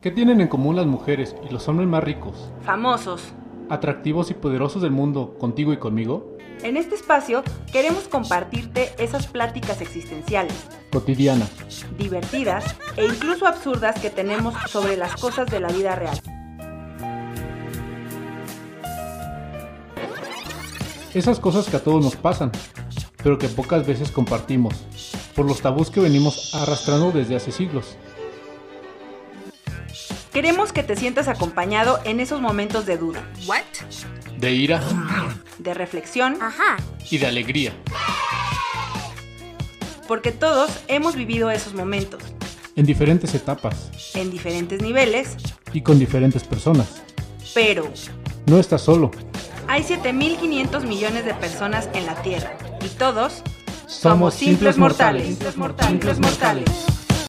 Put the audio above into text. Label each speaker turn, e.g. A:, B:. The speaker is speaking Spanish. A: ¿Qué tienen en común las mujeres y los hombres más ricos,
B: Famosos.
A: atractivos y poderosos del mundo contigo y conmigo?
B: En este espacio queremos compartirte esas pláticas existenciales,
A: Cotidiana.
B: divertidas e incluso absurdas que tenemos sobre las cosas de la vida real.
A: Esas cosas que a todos nos pasan, pero que pocas veces compartimos, por los tabús que venimos arrastrando desde hace siglos.
B: Queremos que te sientas acompañado en esos momentos de duda,
C: What?
A: De ira
B: de reflexión,
C: Ajá.
A: y de alegría.
B: porque todos hemos vivido esos momentos,
A: En diferentes etapas
B: en diferentes niveles,
A: y con diferentes personas.
B: pero
A: No estás solo.
B: hay 7.500 millones de personas en la Tierra y todos
A: Somos simples mortales.
B: Simples mortales.